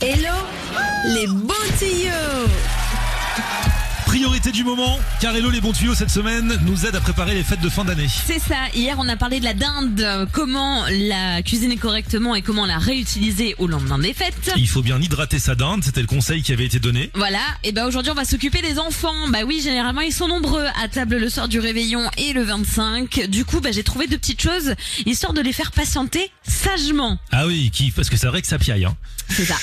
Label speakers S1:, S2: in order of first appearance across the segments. S1: Hello les bons tuyaux
S2: Priorité du moment, car Hello les bons tuyaux cette semaine nous aide à préparer les fêtes de fin d'année.
S3: C'est ça, hier on a parlé de la dinde, euh, comment la cuisiner correctement et comment la réutiliser au lendemain des fêtes.
S2: Il faut bien hydrater sa dinde, c'était le conseil qui avait été donné.
S3: Voilà, et ben aujourd'hui on va s'occuper des enfants. Bah oui, généralement ils sont nombreux à table le soir du réveillon et le 25. Du coup, bah j'ai trouvé deux petites choses histoire de les faire patienter sagement.
S2: Ah oui, qui, parce que c'est vrai que ça piaille. Hein.
S3: C'est ça.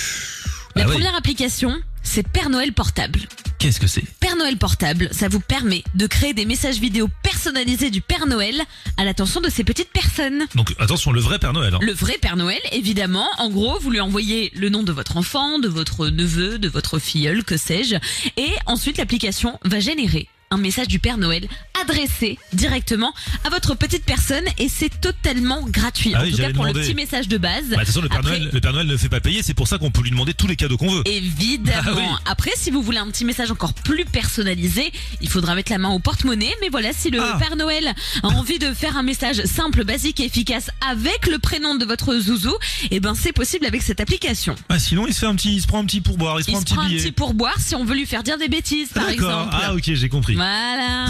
S3: La
S2: Ah oui.
S3: première application, c'est Père Noël portable.
S2: Qu'est-ce que c'est
S3: Père Noël portable, ça vous permet de créer des messages vidéo personnalisés du Père Noël à l'attention de ces petites personnes.
S2: Donc attention, le vrai Père Noël. hein.
S3: Le vrai Père Noël, évidemment. En gros, vous lui envoyez le nom de votre enfant, de votre neveu, de votre filleul, que sais-je. Et ensuite, l'application va générer un message du Père Noël adressé directement à votre petite personne et c'est totalement gratuit.
S2: Ah
S3: en
S2: oui,
S3: tout cas,
S2: j'allais
S3: pour le
S2: demander.
S3: petit message de base.
S2: Bah, de toute façon, le Père,
S3: Après-
S2: Noël, le Père Noël ne fait pas payer, c'est pour ça qu'on peut lui demander tous les cadeaux qu'on veut.
S3: Évidemment.
S2: Bah oui.
S3: Après, si vous voulez un petit message encore plus personnalisé, il faudra mettre la main au porte-monnaie. Mais voilà, si le
S2: Ah.
S3: Père Noël a envie de faire un message simple, basique et efficace avec le prénom de votre zouzou, eh ben c'est possible avec cette application.
S2: Ah, sinon, il se, fait un petit, il se prend un petit pourboire, il se
S3: Il
S2: prend
S3: se
S2: un petit
S3: prend un
S2: billet.
S3: petit pourboire si on veut lui faire dire des bêtises, par
S2: D'accord,
S3: exemple.
S2: ah ok, j'ai compris.
S3: Voilà.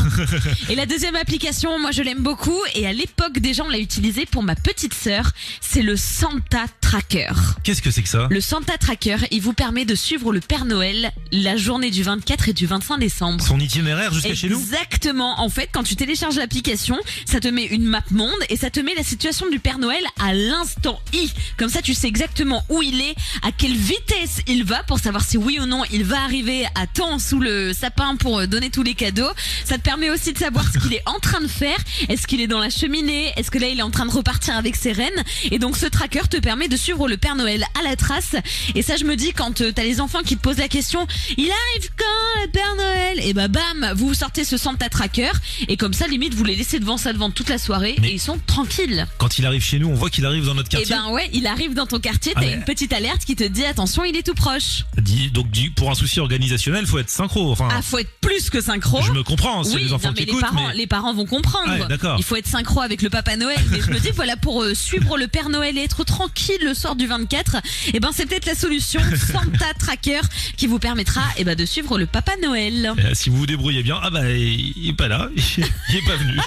S3: Et la deuxième application, moi je l'aime beaucoup et à l'époque déjà on l'a utilisée pour ma petite sœur, c'est le Santa Tracker.
S2: Qu'est-ce que c'est que ça
S3: Le Santa Tracker, il vous permet de suivre le Père Noël la journée du 24 et du 25 décembre.
S2: Son itinéraire jusqu'à chez nous
S3: Exactement. En fait, quand tu télécharges l'application, ça te met une map monde et ça te met la situation du Père Noël à l'instant I. Comme ça, tu sais exactement où il est, à quelle vitesse il va pour savoir si oui ou non il va arriver à temps sous le sapin pour euh, donner tous les cadeaux. Ça te permet aussi de savoir ce qu'il est en train de faire. Est-ce qu'il est dans la cheminée Est-ce que là, il est en train de repartir avec ses rennes Et donc, ce tracker te permet de suivre le Père Noël à la trace. Et ça, je me dis, quand euh, t'as les enfants qui te posent la question, il arrive quand le Père Noël Et bah, bam, vous sortez ce Santa Tracker. Et comme ça, limite, vous les laissez devant ça devant toute la soirée
S2: Mais-
S3: et ils sont tranquilles.
S2: Quand il arrive chez nous, on voit qu'il arrive dans notre
S3: Et
S2: quartier.
S3: ben ouais, il arrive dans ton quartier,
S2: Ah,
S3: t'as
S2: mais-
S3: une petite alerte qui te dit attention, il est tout proche.
S2: Dis- Donc, dis- pour un souci organisationnel, faut être synchro. Enfin,
S3: Ah, faut être plus que synchro.
S2: je me comprends, hein, c'est
S3: Oui,
S2: les enfants
S3: non, mais
S2: qui
S3: les
S2: écoutent.
S3: parents,
S2: mais- Ah
S3: les parents vont comprendre.
S2: Ouais, d'accord.
S3: Il faut être synchro avec le Papa Noël. Mais je me dis, voilà, pour euh, suivre le Père Noël et être tranquille le soir du 24, eh ben, c'est peut-être la solution Santa Tracker qui vous permettra eh ben, de suivre le Papa Noël.
S2: Euh, si vous vous débrouillez bien, ah bah il est pas là, il est pas venu.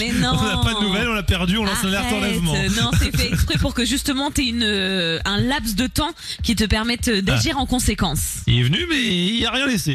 S3: Mais non.
S2: On n'a pas de nouvelles, on l'a perdu, on lance un alerte
S3: Arrête.
S2: enlèvement.
S3: Non, c'est fait exprès pour que justement t'aies une euh, un laps de temps qui te permette d'agir en euh, conséquence.
S2: Il est venu mais il a rien laissé.